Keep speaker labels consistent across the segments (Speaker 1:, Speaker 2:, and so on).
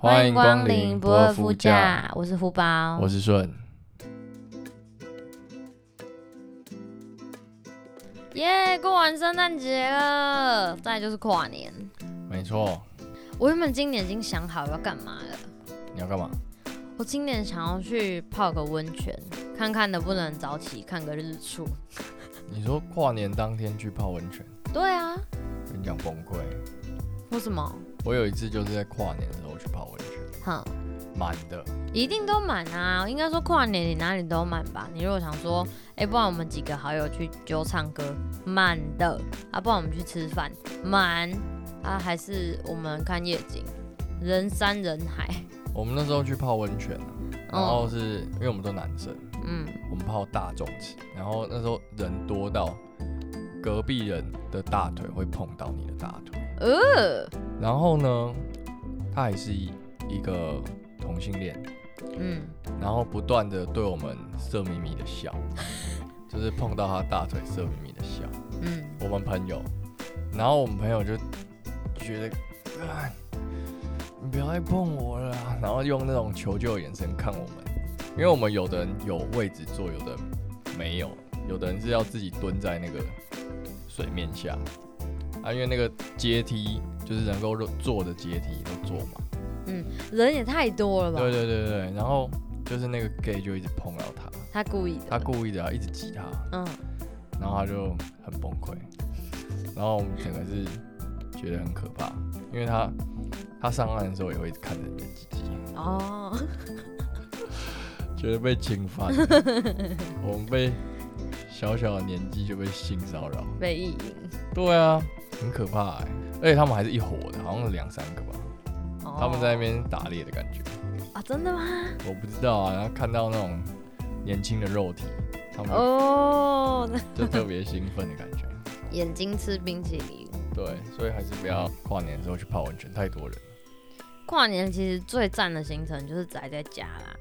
Speaker 1: 欢迎光临不二夫家，
Speaker 2: 我是胡宝
Speaker 1: 我。是顺，
Speaker 2: 耶过完圣诞节了，再来就是跨年。
Speaker 1: 没错。
Speaker 2: 我原本今年已经想好要干嘛了，
Speaker 1: 你要干嘛？
Speaker 2: 我今年想要去泡个温泉，看看能不能早起看个日出。
Speaker 1: 你说跨年当天去泡温泉，
Speaker 2: 对啊，
Speaker 1: 我跟你讲崩溃。
Speaker 2: 为什么？
Speaker 1: 我有一次就是在跨年的时候去泡温泉，
Speaker 2: 哼，
Speaker 1: 满的，
Speaker 2: 一定都满啊！应该说跨年你哪里都满吧？你如果想说，哎、不然我们几个好友去就唱歌，满的啊；不然我们去吃饭，满啊；还是我们看夜景，人山人海。
Speaker 1: 我们那时候去泡温泉、啊，然后
Speaker 2: 哦，
Speaker 1: 是、因为我们都男生，
Speaker 2: 嗯，
Speaker 1: 我们泡大众池，然后那时候人多到隔壁人的大腿会碰到你的大腿，
Speaker 2: 呃，
Speaker 1: 然后呢，他还是一一个同性恋，
Speaker 2: 嗯，
Speaker 1: 然后不断的对我们色眯眯的笑，就是碰到他大腿色眯眯的笑。
Speaker 2: 嗯，
Speaker 1: 我们朋友，然后我们朋友就觉得，啊，你不要再碰我了啊，然后用那种求救的眼神看我们，因为我们有的人有位置坐，有的人没有，有的人是要自己蹲在那个水面下，啊，因为那个阶梯就是能够坐的阶梯都坐满。
Speaker 2: 人也太多了吧？
Speaker 1: 对对对对，然后就是那个 gay 就一直碰到他。
Speaker 2: 他故意的。
Speaker 1: 他故意的、啊，一直挤他，
Speaker 2: 嗯，
Speaker 1: 然后他就很崩溃，然后我们整个是觉得很可怕，因为他他上岸的时候也会一直看着你的鸡鸡，
Speaker 2: 哦，
Speaker 1: 觉得被侵犯，我们被小小的年纪就被性骚扰，
Speaker 2: 被意淫。
Speaker 1: 对啊，很可怕哎、而且他们还是一伙的，好像有两三个吧，
Speaker 2: 哦
Speaker 1: 他们在那边打猎的感觉，
Speaker 2: 啊，真的吗？
Speaker 1: 我不知道啊，然后看到那种年轻的肉体，他
Speaker 2: 嗯
Speaker 1: 们
Speaker 2: 哦，
Speaker 1: 就特别兴奋的感觉。
Speaker 2: 眼睛吃冰淇淋。
Speaker 1: 对，所以还是不要跨年的时候去泡温泉，太多人。
Speaker 2: 跨年其实最赞的行程就是宅在家啦。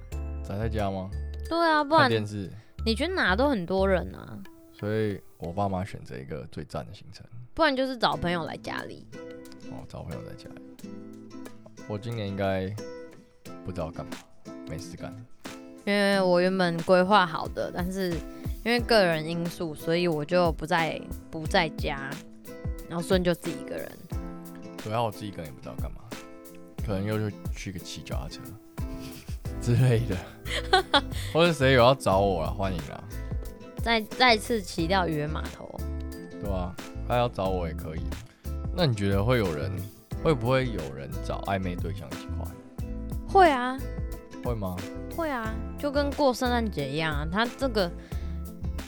Speaker 1: 宅在家吗？
Speaker 2: 对啊，不
Speaker 1: 看
Speaker 2: 然
Speaker 1: 电视。
Speaker 2: 你去哪都很多人啊，
Speaker 1: 所以我爸妈选择一个最赞的行程，
Speaker 2: 不然就是找朋友来家里。
Speaker 1: 哦，找朋友在家里。我今年应该不知道干嘛，没事干。
Speaker 2: 因为我原本规划好的，但是因为个人因素，所以我就不在不在家，然后顺就自己一个人。
Speaker 1: 主要我自己一个人也不知道干嘛，可能又去去个骑脚踏车 之类的，或者谁有要找我啊，欢迎啦，
Speaker 2: 再再次骑到渔人码头，
Speaker 1: 对吧、他要找我也可以。那你觉得会有人，会不会有人找暧昧对象一起花？
Speaker 2: 会啊，
Speaker 1: 会吗？
Speaker 2: 会啊，就跟过圣诞节一样啊，它这个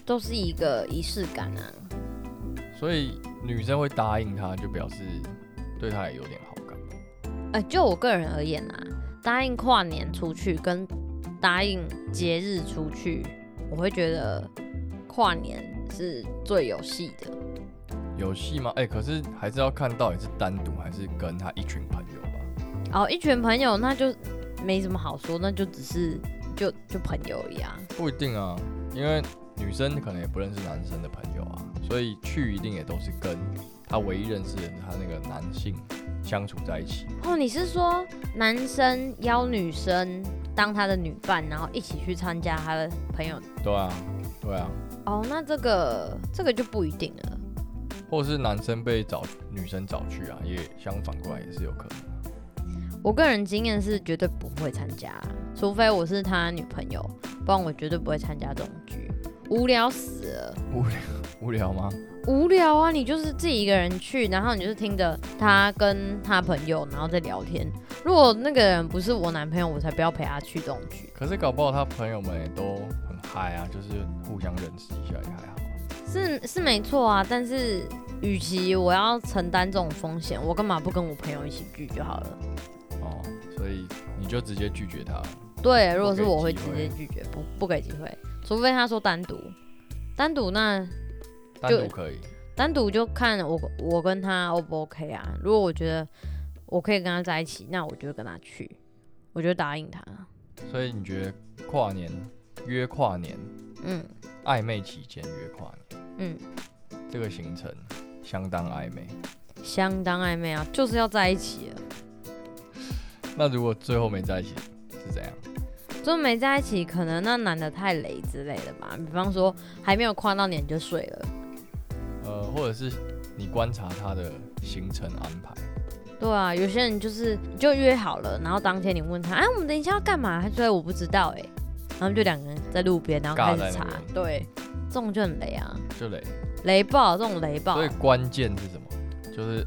Speaker 2: 都是一个仪式感啊。
Speaker 1: 所以女生会答应他，就表示对他也有点好感。
Speaker 2: 呃，就我个人而言啊，答应跨年出去跟答应节日出去，我会觉得跨年是最有戏的。
Speaker 1: 有戏吗？哎、可是还是要看到底是单独还是跟他一群朋友吧。
Speaker 2: 哦，一群朋友那就没什么好说，那就只是就就朋友一样。
Speaker 1: 不一定啊，因为女生可能也不认识男生的朋友啊，所以去一定也都是跟他唯一认识的他那个男性相处在一起。
Speaker 2: 哦，你是说男生邀女生当他的女伴，然后一起去参加他的朋友？
Speaker 1: 对啊，对啊，
Speaker 2: 哦，那这个这个就不一定了。
Speaker 1: 或者是男生被找女生找去啊，也相反过来也是有可能啊。
Speaker 2: 我个人经验是绝对不会参加，啊除非我是他女朋友，不然我绝对不会参加这种局，无聊死了。
Speaker 1: 无聊无聊吗？
Speaker 2: 无聊啊！你就是自己一个人去，然后你就是听着他跟他朋友，然后再聊天。如果那个人不是我男朋友，我才不要陪他去这种局，
Speaker 1: 可是搞不好他朋友们也都很嗨啊，就是互相认识一下也还好啊。
Speaker 2: 是是没错啊。但是，与其我要承担这种风险，我干嘛不跟我朋友一起聚就好了？
Speaker 1: 哦，所以你就直接拒绝他。
Speaker 2: 对，如果是我
Speaker 1: 不
Speaker 2: 会
Speaker 1: 给
Speaker 2: 直
Speaker 1: 机会
Speaker 2: 接拒绝，不不给机会，除非他说单独，单独那
Speaker 1: 单独可以，
Speaker 2: 单独就看我我跟他 O 不 OK 啊。如果我觉得我可以跟他在一起，那我就跟他去，我就答应他。
Speaker 1: 所以你觉得跨年约跨年
Speaker 2: 嗯
Speaker 1: 暧昧期间约跨年
Speaker 2: 嗯。
Speaker 1: 这个行程相当暧昧。
Speaker 2: 相当暧昧啊，就是要在一起了。
Speaker 1: 那如果最后没在一起是怎样？
Speaker 2: 就没在一起，可能那男的太累之类的吧。比方说还没有跨到年就睡了，
Speaker 1: 呃，或者是你观察他的行程安排，
Speaker 2: 对啊，有些人就是就约好了，然后当天你问他，哎、我们等一下要干嘛？他说我不知道哎、然后就两个人在路边，然后开
Speaker 1: 尬在
Speaker 2: 始
Speaker 1: 那
Speaker 2: 查
Speaker 1: 边，
Speaker 2: 对，这种就很雷啊，
Speaker 1: 就累。
Speaker 2: 雷暴这种雷暴
Speaker 1: 所以，关键是什么？就是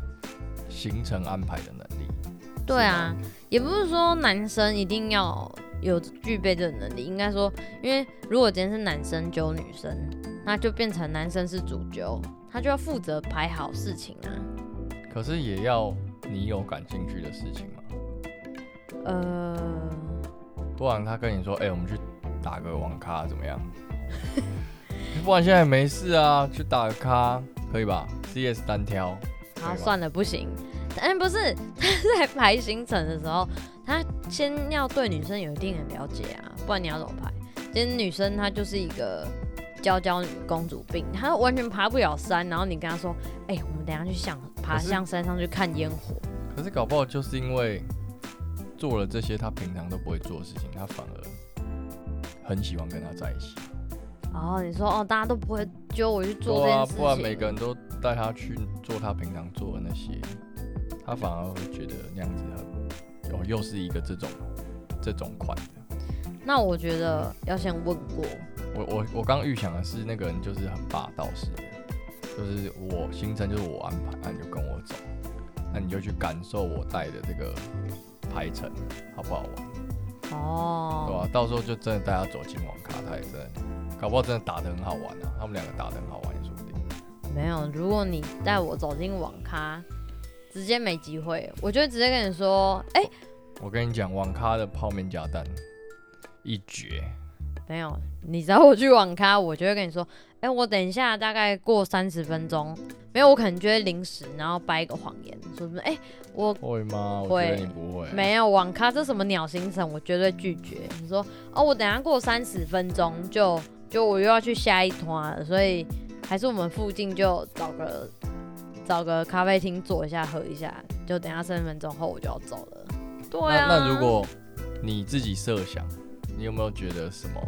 Speaker 1: 行程安排的能力。
Speaker 2: 对啊，也不是说男生一定要有具备这种能力，应该说，因为如果今天是男生揪女生，那就变成男生是主揪，他就要负责排好事情啊。
Speaker 1: 可是也要你有感兴趣的事情嘛，
Speaker 2: 呃，
Speaker 1: 不然他跟你说，哎、我们去打个网咖怎么样？ 不然现在没事啊，去打个咖可以吧？CS 单挑，
Speaker 2: 好，
Speaker 1: 对吧
Speaker 2: 算了，不行。但不是， 他在排行程的时候，他先要对女生有一定的了解啊，不然你要怎么排？今天女生她就是一个娇娇女公主病，她完全爬不了山，然后你跟她说，哎、我们等一下去想爬
Speaker 1: 可是
Speaker 2: 象山上去看烟火，
Speaker 1: 可是搞不好就是因为做了这些他平常都不会做的事情，他反而很喜欢跟他在一起。
Speaker 2: 然后你说哦，大家都不会揪我去做这
Speaker 1: 对
Speaker 2: 件
Speaker 1: 啊，
Speaker 2: 事情，
Speaker 1: 不然每个人都带他去做他平常做的那些，他反而会觉得那样子很，哦，又是一个这种这种款的。
Speaker 2: 那我觉得要先问过，
Speaker 1: 我我我刚预想的是那个人就是很霸道式的，就是我行程就是我安排，那你就跟我走，那你就去感受我带的这个排程好不好玩，
Speaker 2: 哦，
Speaker 1: 对吧、啊到时候就真的带他走进网咖，他也真的，搞不好真的打得很好玩啊，他们两个打得很好玩也说不定。
Speaker 2: 没有，如果你带我走进网咖，直接没机会，我就会直接跟你说，哎、
Speaker 1: 我跟你讲，网咖的泡面加蛋一绝。
Speaker 2: 没有，你找我去网咖，我就会跟你说，哎、我等一下大概过三十分钟，没有，我可能就会临时然后掰一个谎言，说什么，哎、我。
Speaker 1: 会吗？我
Speaker 2: 会
Speaker 1: 觉得你不会。
Speaker 2: 没有网咖这什么鸟行程，我绝对拒绝。你说哦，我等一下过三十分钟就就我又要去下一团了，所以还是我们附近就找个找个咖啡厅坐一下喝一下，就等一下三十分钟后我就要走了。对啊，
Speaker 1: 那那如果你自己设想，你有没有觉得什么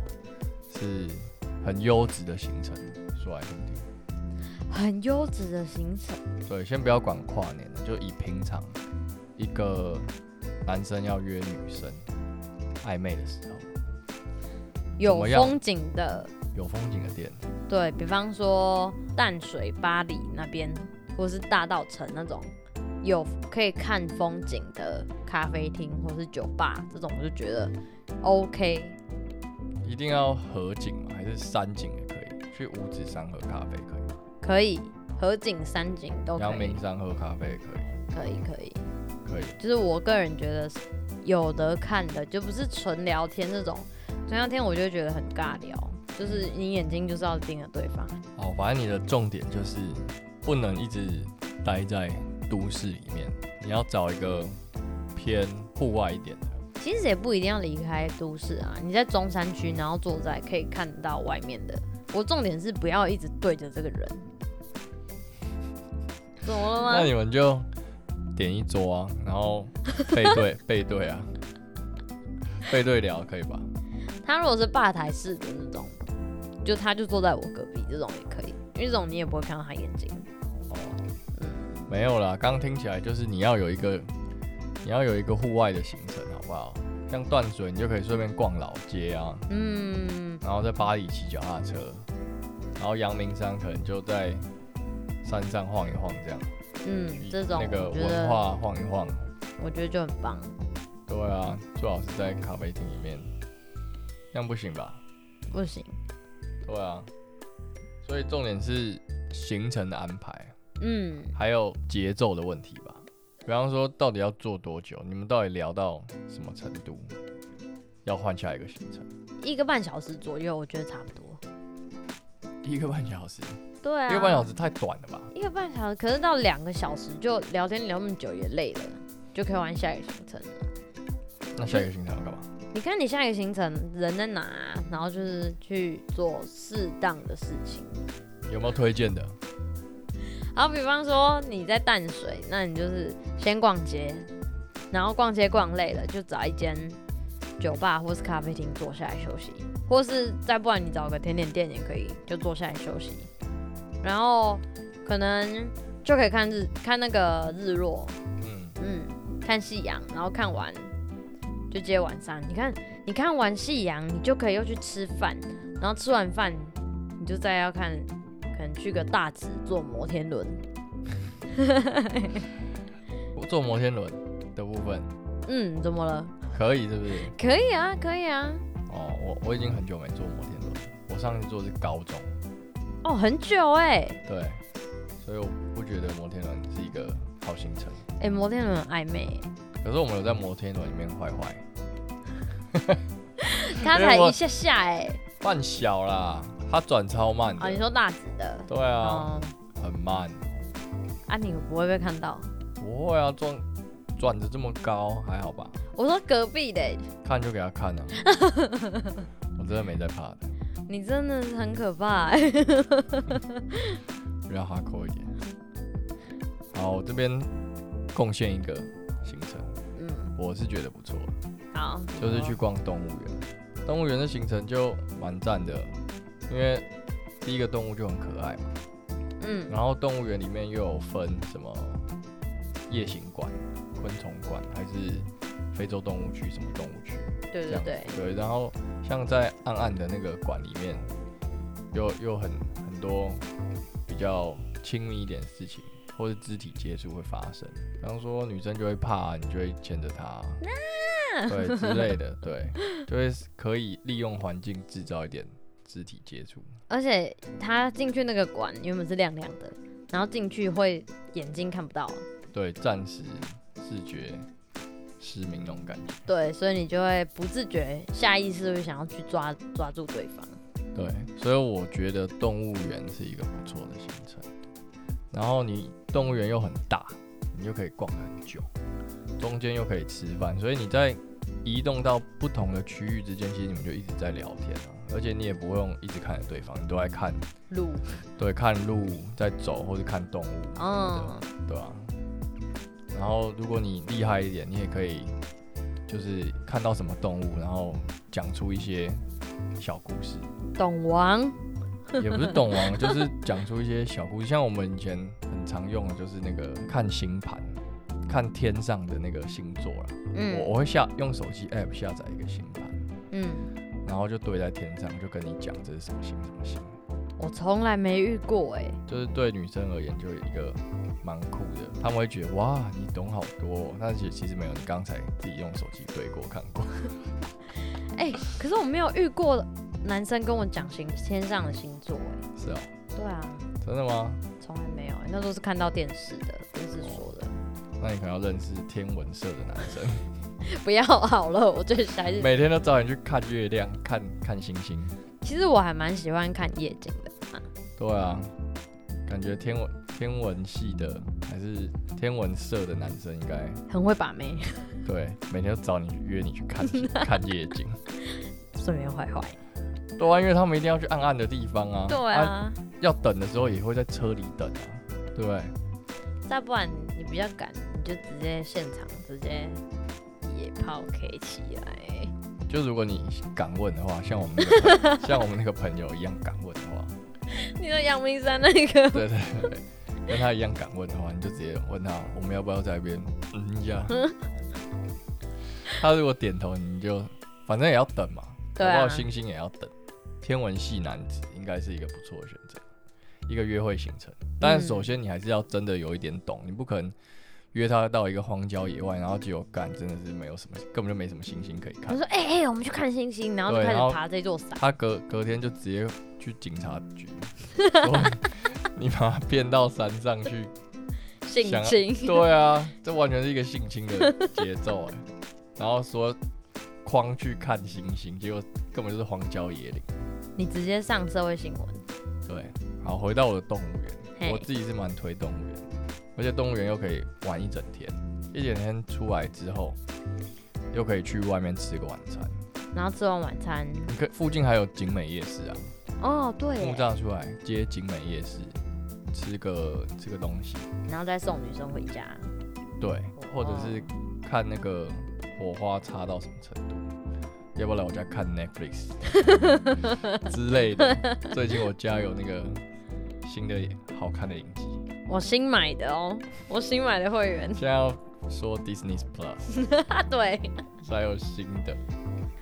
Speaker 1: 是很优质的行程？说来听听。
Speaker 2: 很优质的行程，
Speaker 1: 对，先不要管跨年了，就以平常一个男生要约女生暧昧的时候，
Speaker 2: 有
Speaker 1: 怎么样
Speaker 2: 风景的，
Speaker 1: 有风景的店，
Speaker 2: 对比方说淡水、巴黎那边，或是大道城那种有可以看风景的咖啡厅或是酒吧，这种我就觉得 OK。
Speaker 1: 一定要河景吗？还是山景也可以？去五指山喝咖啡可以吗，
Speaker 2: 可以，河景、山景都可
Speaker 1: 阳
Speaker 2: 以
Speaker 1: 明，山喝咖啡也可以，
Speaker 2: 可以可以。
Speaker 1: 可以。
Speaker 2: 就是我个人觉得是有得看的，就不是纯聊天这种，纯聊天我就觉得很尬聊，就是你眼睛就是要盯着对方。
Speaker 1: 哦，反正你的重点就是不能一直待在都市里面，你要找一个偏户外一点的。
Speaker 2: 其实也不一定要离开都市啊，你在中山区，然后坐在可以看到外面的。我重点是不要一直对着这个人。 怎么了
Speaker 1: 那
Speaker 2: 吗？
Speaker 1: 你们就点一桌啊，然后背对 背对啊，背对聊可以吧？
Speaker 2: 他如果是吧台式的那种，就他就坐在我隔壁，这种也可以，因为这种你也不会看到他眼睛。
Speaker 1: 哦，没有啦，刚听起来就是你要有一个你要有一个户外的行程，好不好？像断水，你就可以顺便逛老街啊，
Speaker 2: 嗯，
Speaker 1: 然后在巴黎骑脚踏车，然后阳明山可能就在山上晃一晃这样。
Speaker 2: 嗯，这种
Speaker 1: 那个
Speaker 2: 我觉得
Speaker 1: 文化晃一晃，
Speaker 2: 我觉得就很棒。
Speaker 1: 对啊，最好是在咖啡厅里面，那样不行吧？
Speaker 2: 不行，
Speaker 1: 对啊，所以重点是行程的安排，
Speaker 2: 嗯，
Speaker 1: 还有节奏的问题吧。比方说，到底要做多久？你们到底聊到什么程度？要换下一个行程，
Speaker 2: 一个半小时左右，我觉得差不多。
Speaker 1: 一个半小时，
Speaker 2: 对啊，
Speaker 1: 一个半小时太短了吧？
Speaker 2: 一个半小时，可是到两个小时就聊天聊那么久也累了，就可以玩下一个行程了。
Speaker 1: 那下一个行程要干嘛？
Speaker 2: 你看你下一个行程人在哪、然后就是去做适当的事情。
Speaker 1: 有没有推荐的？
Speaker 2: 好，比方说你在淡水，那你就是先逛街，然后逛街逛累了，就找一间酒吧或是咖啡厅坐下来休息，或是再不然你找个甜点店也可以，就坐下来休息。然后可能就可以看日看那个日落，
Speaker 1: 嗯，
Speaker 2: 嗯，看夕阳，然后看完就接晚餐。你看，你看完夕阳，你就可以又去吃饭，然后吃完饭你就再要看，可能去个大直坐摩天轮。
Speaker 1: 我做摩天轮的部分
Speaker 2: 嗯，怎么了？
Speaker 1: 可以是不是？
Speaker 2: 可以啊，可以啊。
Speaker 1: 哦，我我已经很久没坐摩天轮了，我上次坐是高中，
Speaker 2: 哦，很久哎、
Speaker 1: 对，所以我不觉得摩天轮是一个好行程。
Speaker 2: 哎、摩天轮很暧昧、
Speaker 1: 可是我们有在摩天轮里面坏坏，
Speaker 2: 它才一下下哎、
Speaker 1: 慢小啦，它转超慢
Speaker 2: 啊，你
Speaker 1: 的，
Speaker 2: 说大直的，
Speaker 1: 对啊，
Speaker 2: 哦，
Speaker 1: 很慢，
Speaker 2: 啊，你不会被看到。
Speaker 1: 不会啊，转转的这么高，还好吧？
Speaker 2: 我说隔壁的、欸
Speaker 1: 看就给他看 啊，我真的没在怕的，
Speaker 2: 你真的是很可怕、欸。
Speaker 1: 比较哈扣一点。好，我这边贡献一个行程，
Speaker 2: 嗯，
Speaker 1: 我是觉得不错，
Speaker 2: 好，
Speaker 1: 就是去逛动物园。动物园的行程就蛮赞的，因为第一个动物就很可爱嘛，
Speaker 2: 嗯，
Speaker 1: 然后动物园里面又有分什么夜行馆、昆虫馆，还是非洲动物区、什么动物区，
Speaker 2: 对
Speaker 1: 这
Speaker 2: 对
Speaker 1: 样
Speaker 2: 对，
Speaker 1: 对，然后像在暗暗的那个馆里面，又又很很多比较亲密一点的事情，或是肢体接触会发生。比方说女生就会怕，你就会牵着她，对之类 的，对，就会可以利用环境制造一点肢体接触。
Speaker 2: 而且他进去那个馆原本是亮亮的，然后进去会眼睛看不到，
Speaker 1: 对，暂时视觉失明那种感觉。
Speaker 2: 对，所以你就会不自觉、下意识会想要去抓抓住对方。
Speaker 1: 对，所以我觉得动物园是一个不错的行程。然后你动物园又很大，你就可以逛很久，中间又可以吃饭，所以你在移动到不同的区域之间，其实你们就一直在聊天啊，而且你也不会用一直看着对方，你都在看，
Speaker 2: 路，
Speaker 1: 对，看路在走，或者看动物，
Speaker 2: 嗯，
Speaker 1: 对啊。然后如果你厉害一点，你也可以就是看到什么动物，然后讲出一些小故事。
Speaker 2: 懂王，
Speaker 1: 也不是懂王，就是讲出一些小故事。像我们以前很常用的就是那个看星盘，看天上的那个星座啦。我
Speaker 2: 嗯
Speaker 1: 我会下用手机 app 下载一个星盘，
Speaker 2: 嗯，
Speaker 1: 然后就对在天上，就跟你讲这是什么星什么星。
Speaker 2: 我从来没遇过哎、
Speaker 1: 就是对女生而言，就有一个蛮酷的，他们会觉得哇，你懂好多哦、但是其实没有，你刚才自己用手机对过看过。
Speaker 2: 哎、可是我没有遇过男生跟我讲星天上的星座哎、
Speaker 1: 是哦，
Speaker 2: 对啊，
Speaker 1: 真的吗？
Speaker 2: 从来没有、欸，那都是看到电视的，电视说的。
Speaker 1: 那你可能要认识天文社的男生，
Speaker 2: 不要好了，我最还是
Speaker 1: 每天都找你去看月亮、看看星星。
Speaker 2: 其实我还蛮喜欢看夜景的。
Speaker 1: 对啊，感觉天文天文系的还是天文社的男生应该
Speaker 2: 很会把妹，
Speaker 1: 对，每天都找你约你去看看夜景。
Speaker 2: 顺便坏坏。
Speaker 1: 对啊，因为他们一定要去暗暗的地方啊。
Speaker 2: 对啊，
Speaker 1: 要等的时候也会在车里等啊，对不对？
Speaker 2: 再不然你比较赶，你就直接现场直接野炮 K 起来。
Speaker 1: 就如果你敢问的话，像我们那个朋 像我们那个朋友一样敢问的话，
Speaker 2: 你说阳明山那个，
Speaker 1: 对对对对，跟他一样敢问的话，你就直接问他我们要不要在那边嗯一 下。他如果点头，你就反正也要等嘛，
Speaker 2: 对
Speaker 1: 搞不
Speaker 2: 啊
Speaker 1: 好，星星也要等。天文系男子应该是一个不错的选择，一个约会行程。但是首先你还是要真的有一点懂，你不可能约他到一个荒郊野外，然后结果干真的是没有什么，根本就没什么星星可以
Speaker 2: 我
Speaker 1: 看。
Speaker 2: 说哎哎、我们去看星星，然后就
Speaker 1: 对
Speaker 2: 开始
Speaker 1: 然后
Speaker 2: 爬这座山。
Speaker 1: 他隔隔天就直接去警察局，说你把他骗到山上 去。
Speaker 2: 性
Speaker 1: 想要
Speaker 2: 侵，
Speaker 1: 对啊，这完全是一个性侵的节奏哎、然后说框去看星星，结果根本就是荒郊野岭。
Speaker 2: 你直接上社会新闻。
Speaker 1: 对，好，回到我的动物园，
Speaker 2: 嘿
Speaker 1: 我自己是蛮推动物园的，而且动物园又可以玩一整天，一整天出来之后，又可以去外面吃个晚餐。
Speaker 2: 然后吃完晚餐，
Speaker 1: 你可附近还有景美夜市啊，
Speaker 2: 哦对
Speaker 1: 木
Speaker 2: 耶，
Speaker 1: 栅出来接景美夜市，吃个吃个东西，
Speaker 2: 然后再送女生回家，
Speaker 1: 对，或者是
Speaker 2: 哦
Speaker 1: 看看那个火花擦到什么程度，要不要来我家看 Netflix 之类的。最近我家有那个新的好看的影集，
Speaker 2: 我新买的哦，我新买的会员
Speaker 1: 现在要说 Disney Plus
Speaker 2: 啊，对，
Speaker 1: 还有新的，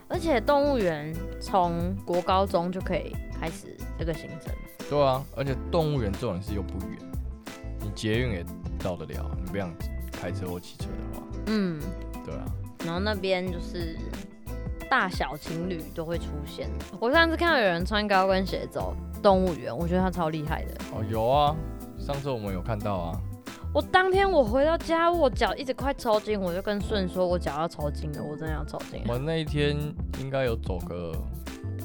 Speaker 2: 而且动物园从国高中就可以开始这个行程，
Speaker 1: 对啊，而且动物园这种事又不远，你捷运也到得了，你不想开车或骑车的话，
Speaker 2: 嗯，
Speaker 1: 对啊，
Speaker 2: 然后那边就是大小情侣都会出现。我上次看到有人穿高跟鞋走动物园，我觉得他超厉害的。
Speaker 1: 哦有啊，上次我们有看到啊，
Speaker 2: 我当天我回到家，我脚一直快抽筋，我就跟顺说，我脚要抽筋了，我真的要抽筋
Speaker 1: 我
Speaker 2: 了。
Speaker 1: 们那一天应该有走个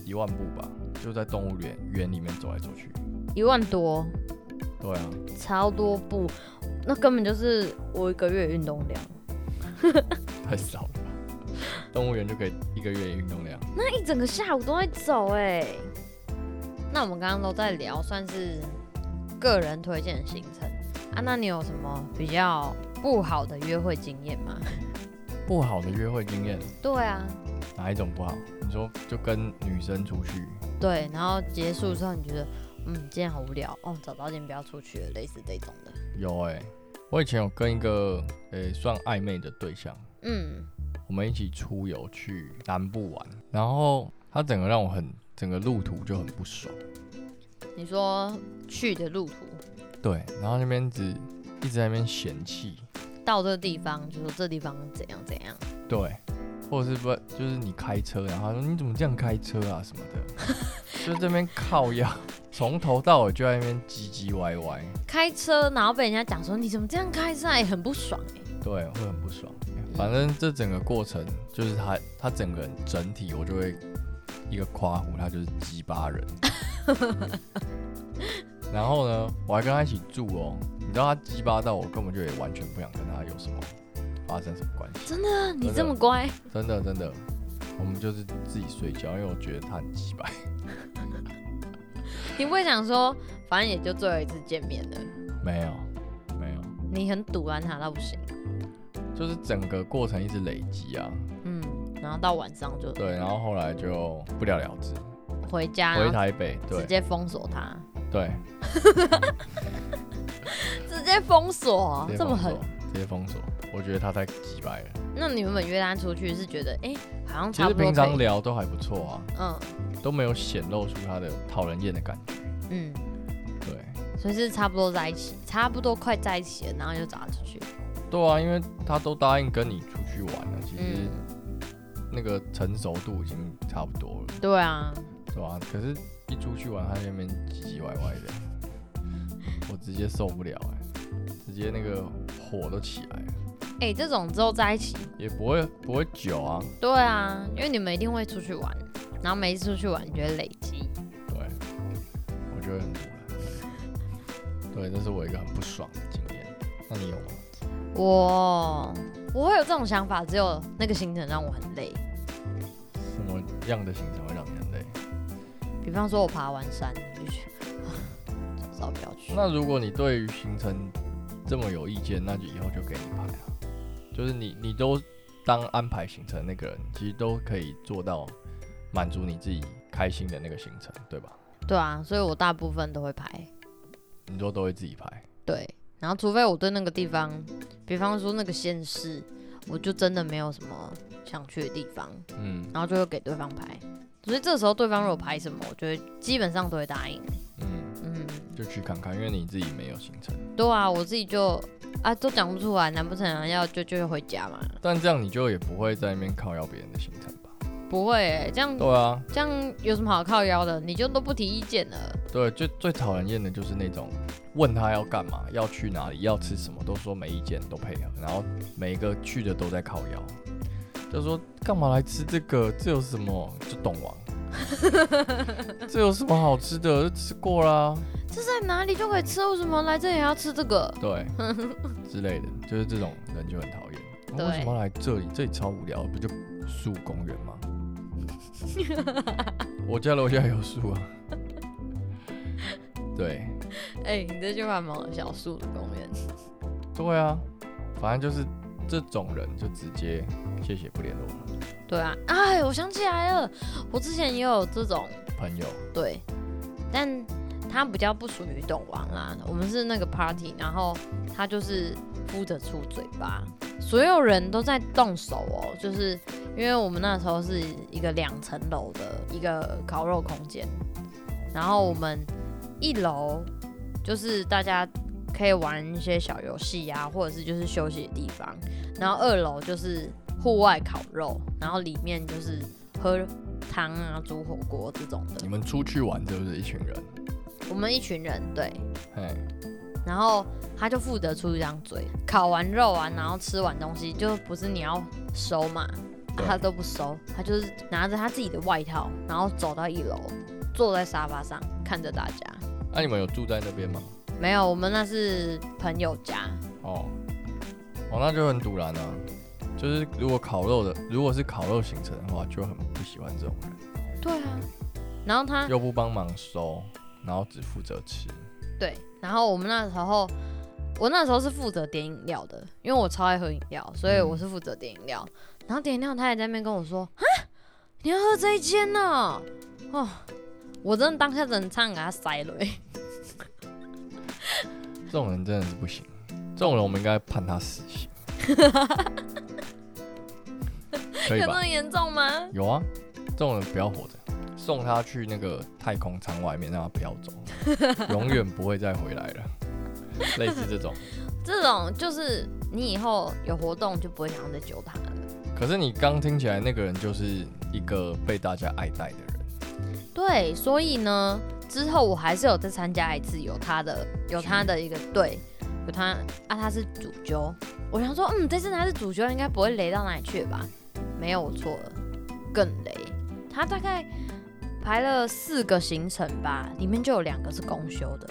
Speaker 1: 一万步吧，就在动物园园里面走来走去。
Speaker 2: 一万多，
Speaker 1: 对啊，
Speaker 2: 超多步，那根本就是我一个月运动量。
Speaker 1: 太少了吧。动物园就可以一个月运动量，
Speaker 2: 一哎整个下午都在走哎、那我们刚刚都在聊，算是个人推荐的行程啊。那你有什么比较不好的约会经验吗？
Speaker 1: 不好的约会经验
Speaker 2: 对啊，
Speaker 1: 哪一种不好？你说就跟女生出去，
Speaker 2: 对。然后结束之后，你觉得嗯，今天好无聊哦，早早点不要出去了，类似这种的。
Speaker 1: 有哎、我以前有跟一个呃、算暧昧的对象，
Speaker 2: 嗯，
Speaker 1: 我们一起出游去南部玩，然后他整个让我很整个路途就很不爽，
Speaker 2: 你说去的路途
Speaker 1: 对，然后那边只一直在那边嫌弃，
Speaker 2: 到这个地方，就说这地方怎样怎样，
Speaker 1: 对，或者是不就是你开车，然后他说你怎么这样开车啊什么 的，就这边靠腰，从头到尾就在那边唧唧歪歪，
Speaker 2: 开车然后被人家讲说你怎么这样开车，也很不爽哎、
Speaker 1: 对，会很不爽。
Speaker 2: 嗯
Speaker 1: 反正这整个过程就是他他整个人整体，我就会一个夸胡，他就是鸡巴人。然后呢，我还跟他一起住哦，你知道他鸡巴到我根本就也完全不想跟他有什么发生什么关系。
Speaker 2: 真的，啊你这么乖，
Speaker 1: 真哦的真的，我们就是自己睡觉，因为我觉得他很鸡掰。
Speaker 2: 你不会想说，反正也就最后一次见面了，
Speaker 1: 没有，没有，
Speaker 2: 你很堵拦他到不行，
Speaker 1: 就是整个过程一直累积啊。
Speaker 2: 嗯，然后到晚上就
Speaker 1: 对，然后后来就不了了之，
Speaker 2: 回家，
Speaker 1: 回
Speaker 2: 然后
Speaker 1: 台北。
Speaker 2: 啊直
Speaker 1: 对
Speaker 2: 接封锁他，
Speaker 1: 对，
Speaker 2: 直接封锁
Speaker 1: 直接
Speaker 2: 哦这
Speaker 1: 封
Speaker 2: 么
Speaker 1: 锁
Speaker 2: 狠。，
Speaker 1: 直接封锁。我觉得他太鸡掰了。
Speaker 2: 那你原本约他出去是觉得，哎、好像
Speaker 1: 其
Speaker 2: 差
Speaker 1: 实
Speaker 2: 不多
Speaker 1: 平
Speaker 2: 可
Speaker 1: 常
Speaker 2: 以，
Speaker 1: 聊都还不错啊，
Speaker 2: 嗯
Speaker 1: 都没有显露出他的讨人厌的感觉。
Speaker 2: 嗯，
Speaker 1: 对，
Speaker 2: 所以是差不多在一起，差不多快在一起了，然后就找他出去，
Speaker 1: 对啊，因为他都答应跟你出去玩了，其实
Speaker 2: 嗯，
Speaker 1: 那个成熟度已经差不多了。
Speaker 2: 对啊，
Speaker 1: 对啊，可是，一出去玩，他在那边唧唧歪歪的，我直接受不了哎、直接那个火都起来了，
Speaker 2: 哎、这种之后在一起，
Speaker 1: 也不会不会久啊，
Speaker 2: 对啊，因为你们一定会出去玩，然后每一次出去玩，你就会累积，
Speaker 1: 对，我觉得很堵然。对，这是我一个很不爽的经验。那你有吗？
Speaker 2: 我我会有这种想法，只有那个行程让我很累。
Speaker 1: 什么样的行程会让你很累？
Speaker 2: 比方说，我爬完山我就觉得，啊早知道不要去。
Speaker 1: 那如果你对于行程这么有意见，那就以后就给你排啊。就是你你都当安排行程的那个人，其实都可以做到满足你自己开心的那个行程，对吧？
Speaker 2: 对啊，所以我大部分都会排
Speaker 1: 你说都会自己排，
Speaker 2: 对，然后除非我对那个地方，比方说那个县市，我就真的没有什么想去的地方，
Speaker 1: 嗯
Speaker 2: 然后就会给对方排。所以这时候对方如果排什么，我觉得基本上都会答应。
Speaker 1: 嗯，
Speaker 2: 嗯，
Speaker 1: 就去看看，因为你自己没有行程，
Speaker 2: 对啊，我自己就啊都讲不出来，难不成要就就回家嘛？
Speaker 1: 但这样你就也不会在那边靠要别人的行程吧？
Speaker 2: 不会、欸，这样
Speaker 1: 对啊，
Speaker 2: 这样有什么好靠腰的？你就都不提意见了。
Speaker 1: 对，最最讨人厌的就是那种问他要干嘛、要去哪里、要吃什么，都说没意见，都配合，然后每一个去的都在靠腰，就说干嘛来吃这个？这有什么？就懂王，这有什么好吃的？就吃过啦，
Speaker 2: 这在哪里就可以吃？为什么来这里还要吃这个？
Speaker 1: 对之类的，就是这种人就很讨厌。
Speaker 2: 对
Speaker 1: 为什么要来这里？这里超无聊，不就树公园吗？我家楼下有树啊。对，
Speaker 2: 哎、你这句话蛮好笑，树的公园。
Speaker 1: 对啊，反正就是这种人就直接谢谢不联络了，
Speaker 2: 对啊，哎，我想起来了，我之前也有这种
Speaker 1: 朋友
Speaker 2: 对，但他比较不属于懂王啦。我们是那个 party，然后他就是敷着出嘴巴，所有人都在动手哦，就是因为我们那时候是一个两层楼的一个烤肉空间，然后我们一楼就是大家。可以玩一些小游戏啊，或者是就是休息的地方。然后二楼就是户外烤肉，然后里面就是喝汤啊、煮火锅这种的
Speaker 1: 你。们出去玩是不是一群人？
Speaker 2: 我们一群人对，
Speaker 1: 哎，
Speaker 2: 然后他就负责出一张嘴，烤完肉啊，然后吃完东西，就不是你要收嘛，啊
Speaker 1: 对
Speaker 2: 他都不收，他就是拿着他自己的外套，然后走到一楼，坐在沙发上看着大家。
Speaker 1: 那、啊你们有住在那边吗？
Speaker 2: 没有，我们那是朋友家，
Speaker 1: 哦，哦，那就很堵然啊。就是如果烤肉的，如果是烤肉行程的话，就很不喜欢这种人，
Speaker 2: 对啊，然后他
Speaker 1: 又不帮忙收，然后只负责吃。
Speaker 2: 对，然后我们那时候，我那时候是负责点饮料的，因为我超爱喝饮料，所以我是负责点饮料。然后点饮料，他也在那边跟我说：“啊，你要喝这一间呢、哦？”我真的当下整唱给他塞了、欸。
Speaker 1: 这种人真的是不行，这种人我们应该判他死刑，可以
Speaker 2: 有这
Speaker 1: 吧
Speaker 2: 么？严重吗？
Speaker 1: 有啊，这种人不要活着，送他去那个太空舱外面，让他不要 走，永远不会再回来了。类似这种，
Speaker 2: 这种就是你以后有活动就不会想要再揪他了。
Speaker 1: 可是你刚听起来那个人就是一个被大家爱戴的人，
Speaker 2: 对，所以呢，之后我还是有再参加一次，有他的有他的一个队，有他啊，他是主揪。我想说，嗯，这次他是主揪，应该不会雷到哪里去吧？没有，我错了，更雷。他大概排了四个行程吧，里面就有两个是公休的。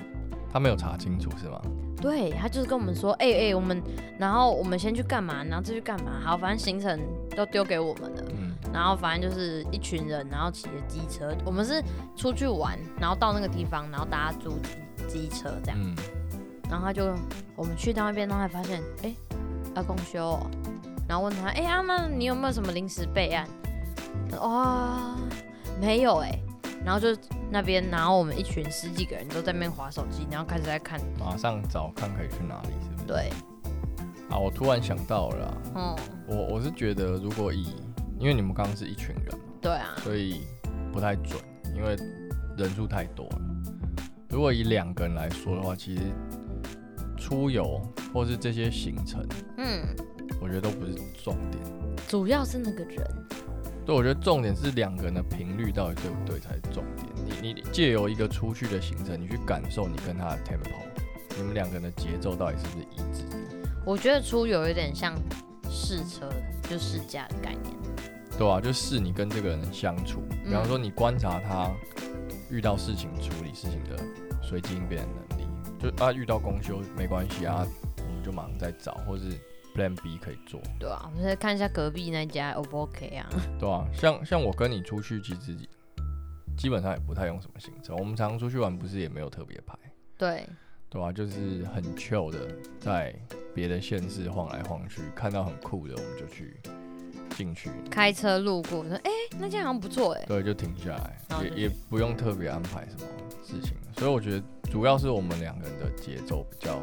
Speaker 1: 他没有查清楚是吗？
Speaker 2: 对他就是跟我们说，哎、哎、我们然后我们先去干嘛，然后再去干嘛，好，反正行程都丢给我们了。
Speaker 1: 嗯，
Speaker 2: 然后反正就是一群人，然后骑着机车，我们是出去玩，然后到那个地方，然后大家租机机车这样，
Speaker 1: 嗯，
Speaker 2: 然后他就我们去到那边，然后才发现，哎、要公休、哦，然后问他，哎、阿曼，你有没有什么临时备案？哇、没有哎、然后就那边，然后我们一群十几个人都在那边划手机，然后开始在看，
Speaker 1: 马上找看可以去哪里，是不是？
Speaker 2: 对，
Speaker 1: 啊，我突然想到了啊，
Speaker 2: 嗯，
Speaker 1: 我我是觉得如果以，因为你们刚刚是一群人嘛，
Speaker 2: 对啊，
Speaker 1: 所以不太准，因为人数太多了。如果以两个人来说的话，其实出游或是这些行程，
Speaker 2: 嗯，
Speaker 1: 我觉得都不是重点。
Speaker 2: 主要是那个人，
Speaker 1: 对，我觉得重点是两个人的频率到底对不对才是重点。你你借由一个出去的行程，你去感受你跟他的 tempo，你们两个人的节奏到底是不是一致的，
Speaker 2: 我觉得出游有点像试车，就试驾的概念。
Speaker 1: 对啊，就是你跟这个人的相处，比方说你观察他遇到事情处理事情的随机应变的能力，就啊遇到公休没关系啊，我们就马上再找，或是 Plan B 可以做，
Speaker 2: 对啊，我们再看一下隔壁那家 O 不 OK 啊？
Speaker 1: 对啊，像像我跟你出去，其实基本上也不太用什么行程，我们常出去玩不是也没有特别排。
Speaker 2: 对，
Speaker 1: 对啊，就是很 chill 的，在别的县市晃来晃去，看到很酷的我们就去进去，
Speaker 2: 开车路过说，哎、那家好像不错哎、
Speaker 1: 对，就停下来
Speaker 2: 然，后就去
Speaker 1: 也也不用特别安排什么事情，所以我觉得主要是我们两个人的节奏比较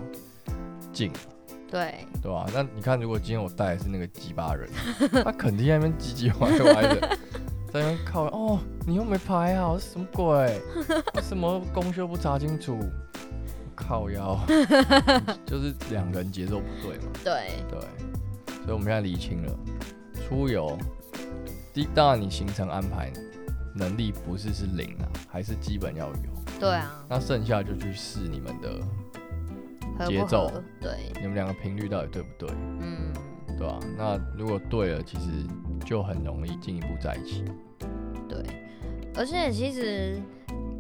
Speaker 1: 近，啊
Speaker 2: 对，
Speaker 1: 对吧、那你看，如果今天我带的是那个鸡巴 人，他肯定在那边唧唧歪歪的，在那边靠哦，你又没排好，什么鬼？为什么公休不查清楚？靠 腰，就是两个人节奏不对嘛，
Speaker 2: 对，
Speaker 1: 对。所以我们现在理清了，出游，第当然你行程安排能力不是是零啊，还是基本要有。
Speaker 2: 对啊，
Speaker 1: 那剩下就去试你们的，
Speaker 2: 合不
Speaker 1: 节奏
Speaker 2: 合？对，
Speaker 1: 你们两个频率到底对不对？
Speaker 2: 嗯，
Speaker 1: 对啊，那如果对了，其实就很容易进一步在一起。
Speaker 2: 对，而且其实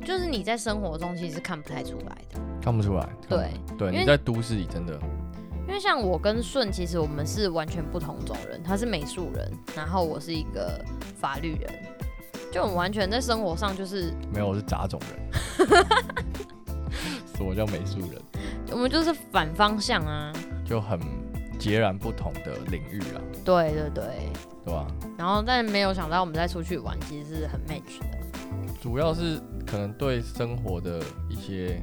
Speaker 2: 就是你在生活中其实看不太出来的，
Speaker 1: 看不出来，看不出来
Speaker 2: 因为
Speaker 1: 对，你在都市里真的，
Speaker 2: 因为像我跟顺，其实我们是完全不同种人，他是美术人，然后我是一个法律人，就我们完全在生活上就是
Speaker 1: 没有，我是杂种人。 什么叫美术人？
Speaker 2: 我们就是反方向啊，
Speaker 1: 就很截然不同的领域啊，
Speaker 2: 对对对，
Speaker 1: 对吧？
Speaker 2: 然后但没有想到我们再出去玩其实是很 match 的，
Speaker 1: 主要是可能对生活的一些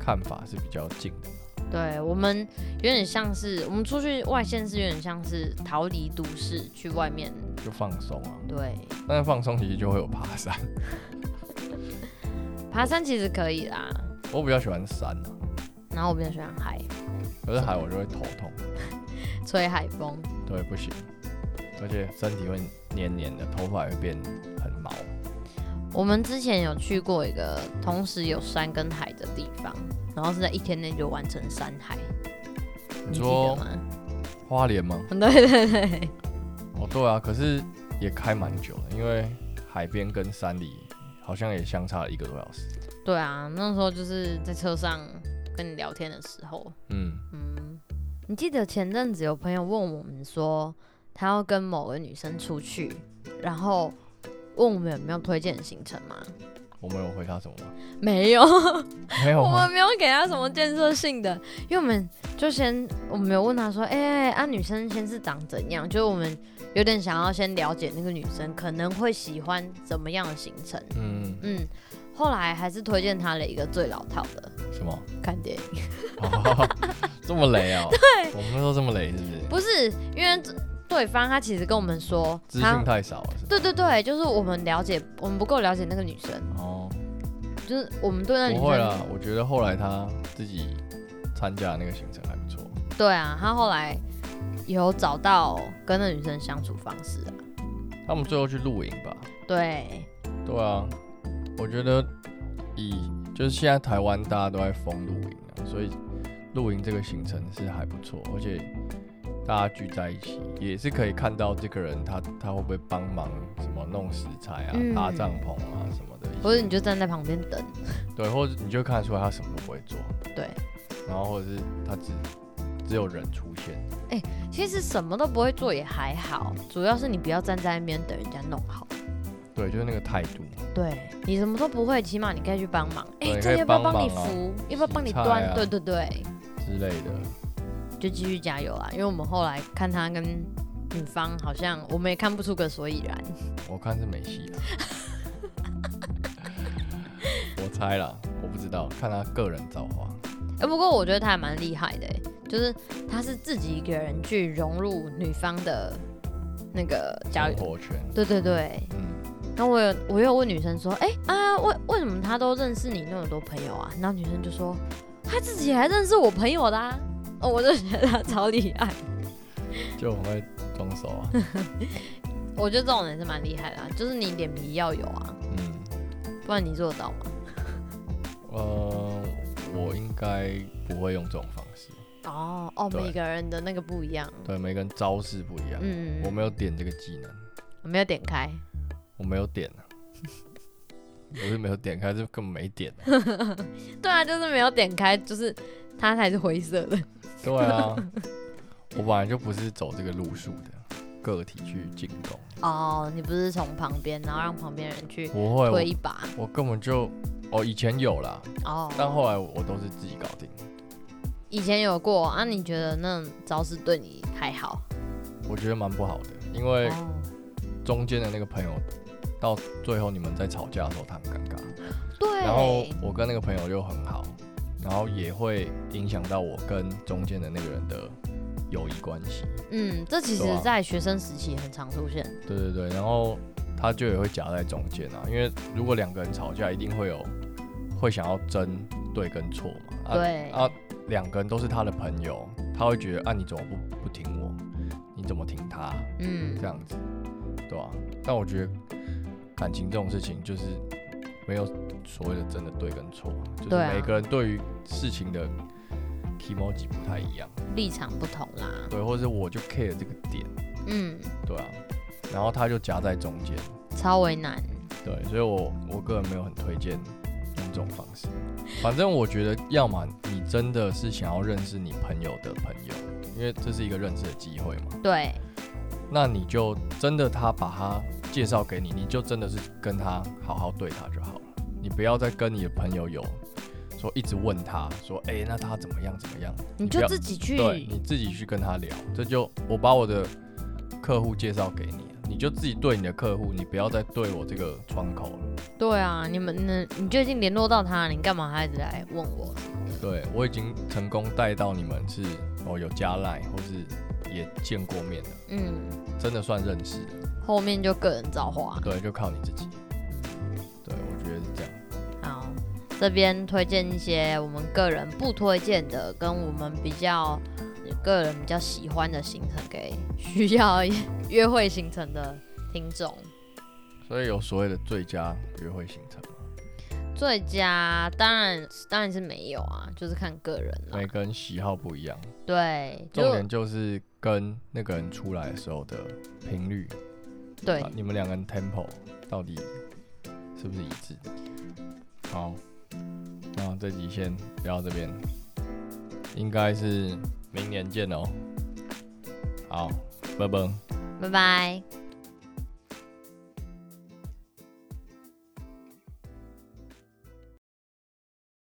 Speaker 1: 看法是比较近的。
Speaker 2: 对我们有点像是我们出去外县市，有点像是逃离都市去外面，
Speaker 1: 就放松啊。
Speaker 2: 对，
Speaker 1: 但是放松其实就会有爬山，
Speaker 2: 爬山其实可以啦，
Speaker 1: 我比较喜欢山
Speaker 2: 嗯
Speaker 1: 啊，
Speaker 2: 然后我比较喜欢海，
Speaker 1: 可是海我就会头痛，
Speaker 2: 吹海风，
Speaker 1: 啊对，不行，而且身体会黏黏的，头发也会变很毛。
Speaker 2: 我们之前有去过一个同时有山跟海的地方，然后是在一天内就完成山海，你记得
Speaker 1: 说
Speaker 2: 吗？
Speaker 1: 花莲吗？
Speaker 2: 对对对，
Speaker 1: 哦，对啊，可是也开蛮久的，因为海边跟山里好像也相差了一个多小时。
Speaker 2: 对啊，那时候就是在车上跟你聊天的时候，
Speaker 1: 嗯，
Speaker 2: 嗯，你记得前阵子有朋友问我们说，他要跟某个女生出去，然后问我们有没有推荐的行程吗？
Speaker 1: 我们有回答什么吗？
Speaker 2: 没有，
Speaker 1: 没有
Speaker 2: 我
Speaker 1: 吗？
Speaker 2: 们没有给他什么建设性的，因为我们就先我们有问他说，哎、啊女生先是长怎样？就是我们有点想要先了解那个女生可能会喜欢怎么样的行程，
Speaker 1: 嗯，
Speaker 2: 嗯，后来还是推荐他了一个最老套的
Speaker 1: 嗯什么？
Speaker 2: 看电影。
Speaker 1: 哦、 这么雷 哦？对，我们那时候这么雷是不是？
Speaker 2: 不是，因为这对方他其实跟我们说，
Speaker 1: 资
Speaker 2: 他
Speaker 1: 讯太少了是不是？
Speaker 2: 对对对，就是我们了解，我们不够了解那个女生，
Speaker 1: 哦，
Speaker 2: 就是我们对那女
Speaker 1: 不会
Speaker 2: 生，
Speaker 1: 啦，我觉得后来他自己参加的那个行程还不错。
Speaker 2: 对啊，他后来有找到跟那女生相处方式啊，
Speaker 1: 他们最后去露营吧？
Speaker 2: 对，
Speaker 1: 对啊，我觉得以就是现在台湾大家都在疯露营啊，所以露营这个行程是还不错，而且大家聚在一起也是可以看到这个人他他会不会帮忙什么弄食材啊、
Speaker 2: 嗯
Speaker 1: 搭帐篷啊什么的一些，
Speaker 2: 或者你就站在旁边等，
Speaker 1: 对，或者你就看得出来他什么都不会做，
Speaker 2: 对，
Speaker 1: 然后或者是他只只有人出现，
Speaker 2: 其实什么都不会做也还好，主要是你不要站在那边等人家弄好，
Speaker 1: 对，就是那个态度，
Speaker 2: 对你什么都不会，起码你可以去帮忙，哎、
Speaker 1: 对
Speaker 2: 这个
Speaker 1: 可以
Speaker 2: 要不要
Speaker 1: 帮
Speaker 2: 帮你
Speaker 1: 忙啊
Speaker 2: 扶，要不要帮你
Speaker 1: 洗菜
Speaker 2: 端，
Speaker 1: 啊
Speaker 2: 对对对。
Speaker 1: 之类的，
Speaker 2: 就继续加油啦，因为我们后来看他跟女方好像我们也看不出个所以然，
Speaker 1: 我看是没戏了。我猜啦，我不知道，看他个人造化。
Speaker 2: 哎、不过我觉得他还蛮厉害的、欸，就是他是自己一个人去融入女方的那个交
Speaker 1: 生
Speaker 2: 友。
Speaker 1: 活圈，
Speaker 2: 对对对，
Speaker 1: 嗯，
Speaker 2: 然后我有我有问女生说，哎、啊，为为什么他都认识你那么多朋友啊？然后女生就说，他自己还认识我朋友的、啊，哦，我就觉得他超厉害。
Speaker 1: 就很会装熟啊，
Speaker 2: 我觉得这种人是蛮厉害的啊、就是你脸皮要有啊，
Speaker 1: 嗯，
Speaker 2: 不然你做得到吗？
Speaker 1: 呃，我应该不会用这种方式，
Speaker 2: 哦哦，
Speaker 1: 对
Speaker 2: 每个人的那个不一样。
Speaker 1: 对，每个人招式不一样，
Speaker 2: 嗯，
Speaker 1: 我没有点这个技能，
Speaker 2: 我没有点开，
Speaker 1: 我没有点啊， 我是没有点开，就根本没点啊、
Speaker 2: 对啊，就是没有点开，就是它才是灰色的。
Speaker 1: 对啊， 我本来就不是走这个路数的，个体去进攻，
Speaker 2: 哦，你不是从旁边，然后让旁边人去
Speaker 1: 不会，
Speaker 2: 推一
Speaker 1: 我
Speaker 2: 把？
Speaker 1: 我根本就，哦，以前有啦，
Speaker 2: 哦，
Speaker 1: 但后来我我都是自己搞定，
Speaker 2: 以前有过啊？你觉得那种招式对你还好？
Speaker 1: 我觉得蛮不好的，因为。
Speaker 2: 哦，
Speaker 1: 中间的那个朋友，到最后你们在吵架的时候，他很尴尬。然后
Speaker 2: 对，
Speaker 1: 我跟那个朋友又很好，然后也会影响到我跟中间的那个人的友谊关系。
Speaker 2: 嗯，这其实
Speaker 1: 对啊
Speaker 2: 在学生时期很常出现。
Speaker 1: 对对对，然后他就也会夹在中间啊，因为如果两个人吵架，一定会有会想要争对跟错嘛。啊、
Speaker 2: 对
Speaker 1: 啊，两个人都是他的朋友，他会觉得啊，你怎么不不听我？你怎么听他？
Speaker 2: 嗯
Speaker 1: 这，样子，对啊？但我觉得感情这种事情就是没有所谓的真的对跟错啊，就是
Speaker 2: 对啊
Speaker 1: 每个人对于事情的 emoji 不太一样，
Speaker 2: 立场不同啦。
Speaker 1: 对，或者是我就 care 这个点，
Speaker 2: 嗯，
Speaker 1: 对啊，然后他就夹在中间，
Speaker 2: 超为难。
Speaker 1: 对，所以我我个人没有很推荐用这种方式。反正我觉得，要么你真的是想要认识你朋友的朋友，因为这是一个认识的机会嘛。
Speaker 2: 对，
Speaker 1: 那你就真的他把他介绍给你，你就真的是跟他好好对他就好了，你不要再跟你的朋友有说一直问他说，哎、那他怎么样怎么样？
Speaker 2: 你
Speaker 1: 不
Speaker 2: 就
Speaker 1: 要
Speaker 2: 自己去，
Speaker 1: 对，你自己去跟他聊，这就我把我的客户介绍给你，你就自己对你的客户，你不要再对我这个窗口了。
Speaker 2: 对啊，你们呢？你就已经联络到他了，你干嘛还一直来问我？
Speaker 1: 对我已经成功带到你们是哦有加赖或是也见过面的，
Speaker 2: 嗯，
Speaker 1: 真的算认识了。
Speaker 2: 后面就个人造化。
Speaker 1: 对，就靠你自己。对，我觉得是这样。
Speaker 2: 好，这边推荐一些我们个人不推荐的，跟我们比较呃个人比较喜欢的行程给需要 约会行程的听众。
Speaker 1: 所以有所谓的最佳约会行程嘛，
Speaker 2: 最佳当然当然是没有啊，就是看个人了。
Speaker 1: 每个人喜好不一样，
Speaker 2: 对，
Speaker 1: 重
Speaker 2: 就
Speaker 1: 点就是跟那个人出来的时候的频率，
Speaker 2: 对
Speaker 1: 啊，你们两个人 tempo 到底是不是一致的？好，那这集先聊到这边，应该是明年见哦。好，拜拜。
Speaker 2: 拜拜。